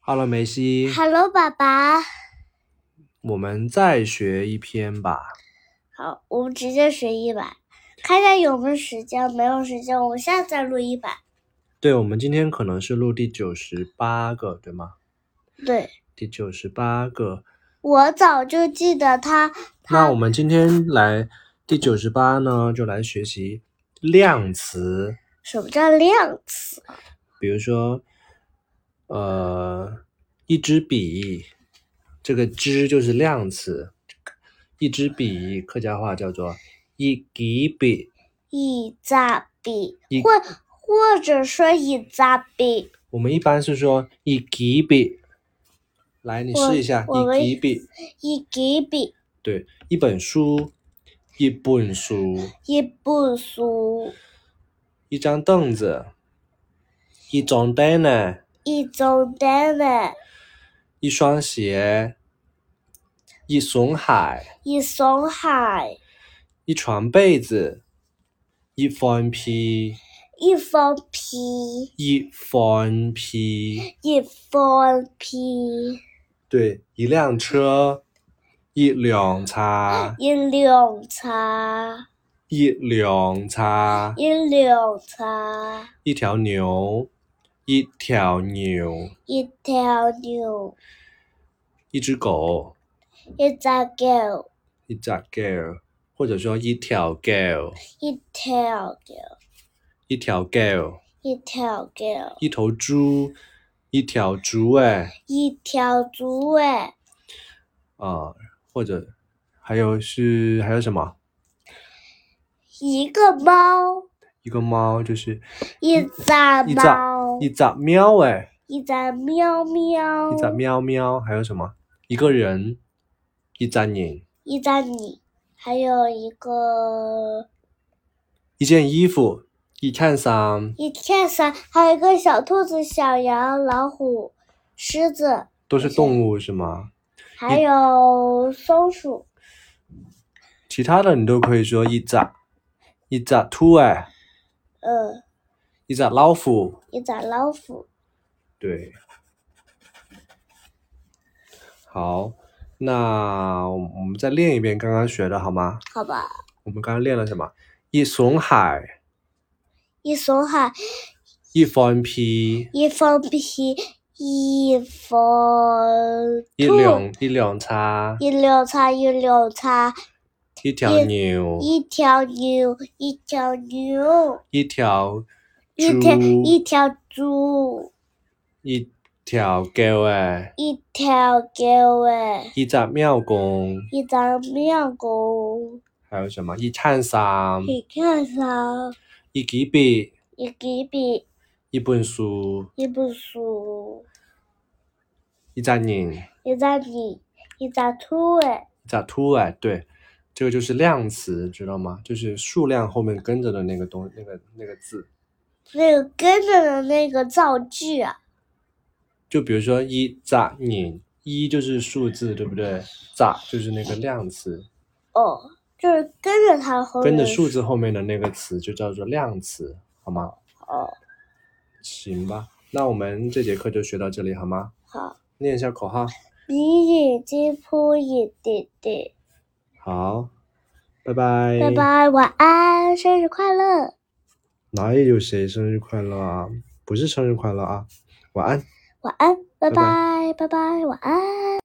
Hello，梅西， Hello，爸爸。我们再学一篇吧。好，我们直接学一百，看一下有没有时间，没有时间，我们下次再录一百。对，我们今天可能是录第九十八个，对吗？对，第九十八个。我早就记得他，那我们今天来第九十八呢，就来学习量词，什么叫量词？比如说，呃，一支笔，这个“支”就是量词，一支笔，客家话叫做一支笔。一扎笔一，或或者说一扎笔。我们一般是说一支笔。来，你我试一下我们一支笔。一支笔，对，一本书，一本书，一本书，一张凳子，一张凳呢，一张单呢，一双鞋，一双鞋，一双鞋，一床被子，一放屁，一方皮，一放屁。一方皮，对，一辆车，一辆车，一辆车。一辆车，一辆车，一条牛，一条牛，一条牛，一只狗，一只狗，一只狗，或者说一条狗。一条狗，一条狗，一条狗，一头猪，一条猪哎一条猪哎，啊、或者还有是还有什么？一个猫，一个猫就是一只一只猫，一只喵哎，一只喵喵一，只喵喵，还有什么？一个人，一只人，一只你，还有一个一件衣服，一件衫，一天三，还有一个小兔子、小羊、老虎、狮子，都是动物是吗？还有松鼠，其他的你都可以说一只，一只兔哎，嗯，一只老虎，一只老虎。对，好，那我们再练一遍刚刚学的好吗？好吧，我们刚刚练了什么？一松海，一松海，一放屁，一放屁，一放一辆一辆车，一辆车，一辆车，一条牛，一条牛，一条牛，一条一条一猪，条猪，一条狗哎，一条狗哎，一只庙公，一张面孔，还有什么？一衬衫，你看上一支笔，一支笔，一本书，一本书，一只人，一一张你，一张兔哎，只兔哎，对。这个就是量词，知道吗？就是数量后面跟着的那个东那个那个字。那个跟着的那个造句啊，就比如说一咋你一就是数字，对不对？咋就是那个量词，哦，就是跟着它后面跟着数字后面的那个词就叫做量词，好吗？哦，行吧，那我们这节课就学到这里，好吗？好。念一下口号，你眼睛扑一点点。好，拜拜。拜。拜，晚安，生日快乐，哪里有谁生日快乐啊？不是生日快乐啊，晚安。晚安，拜拜拜，拜拜，晚安。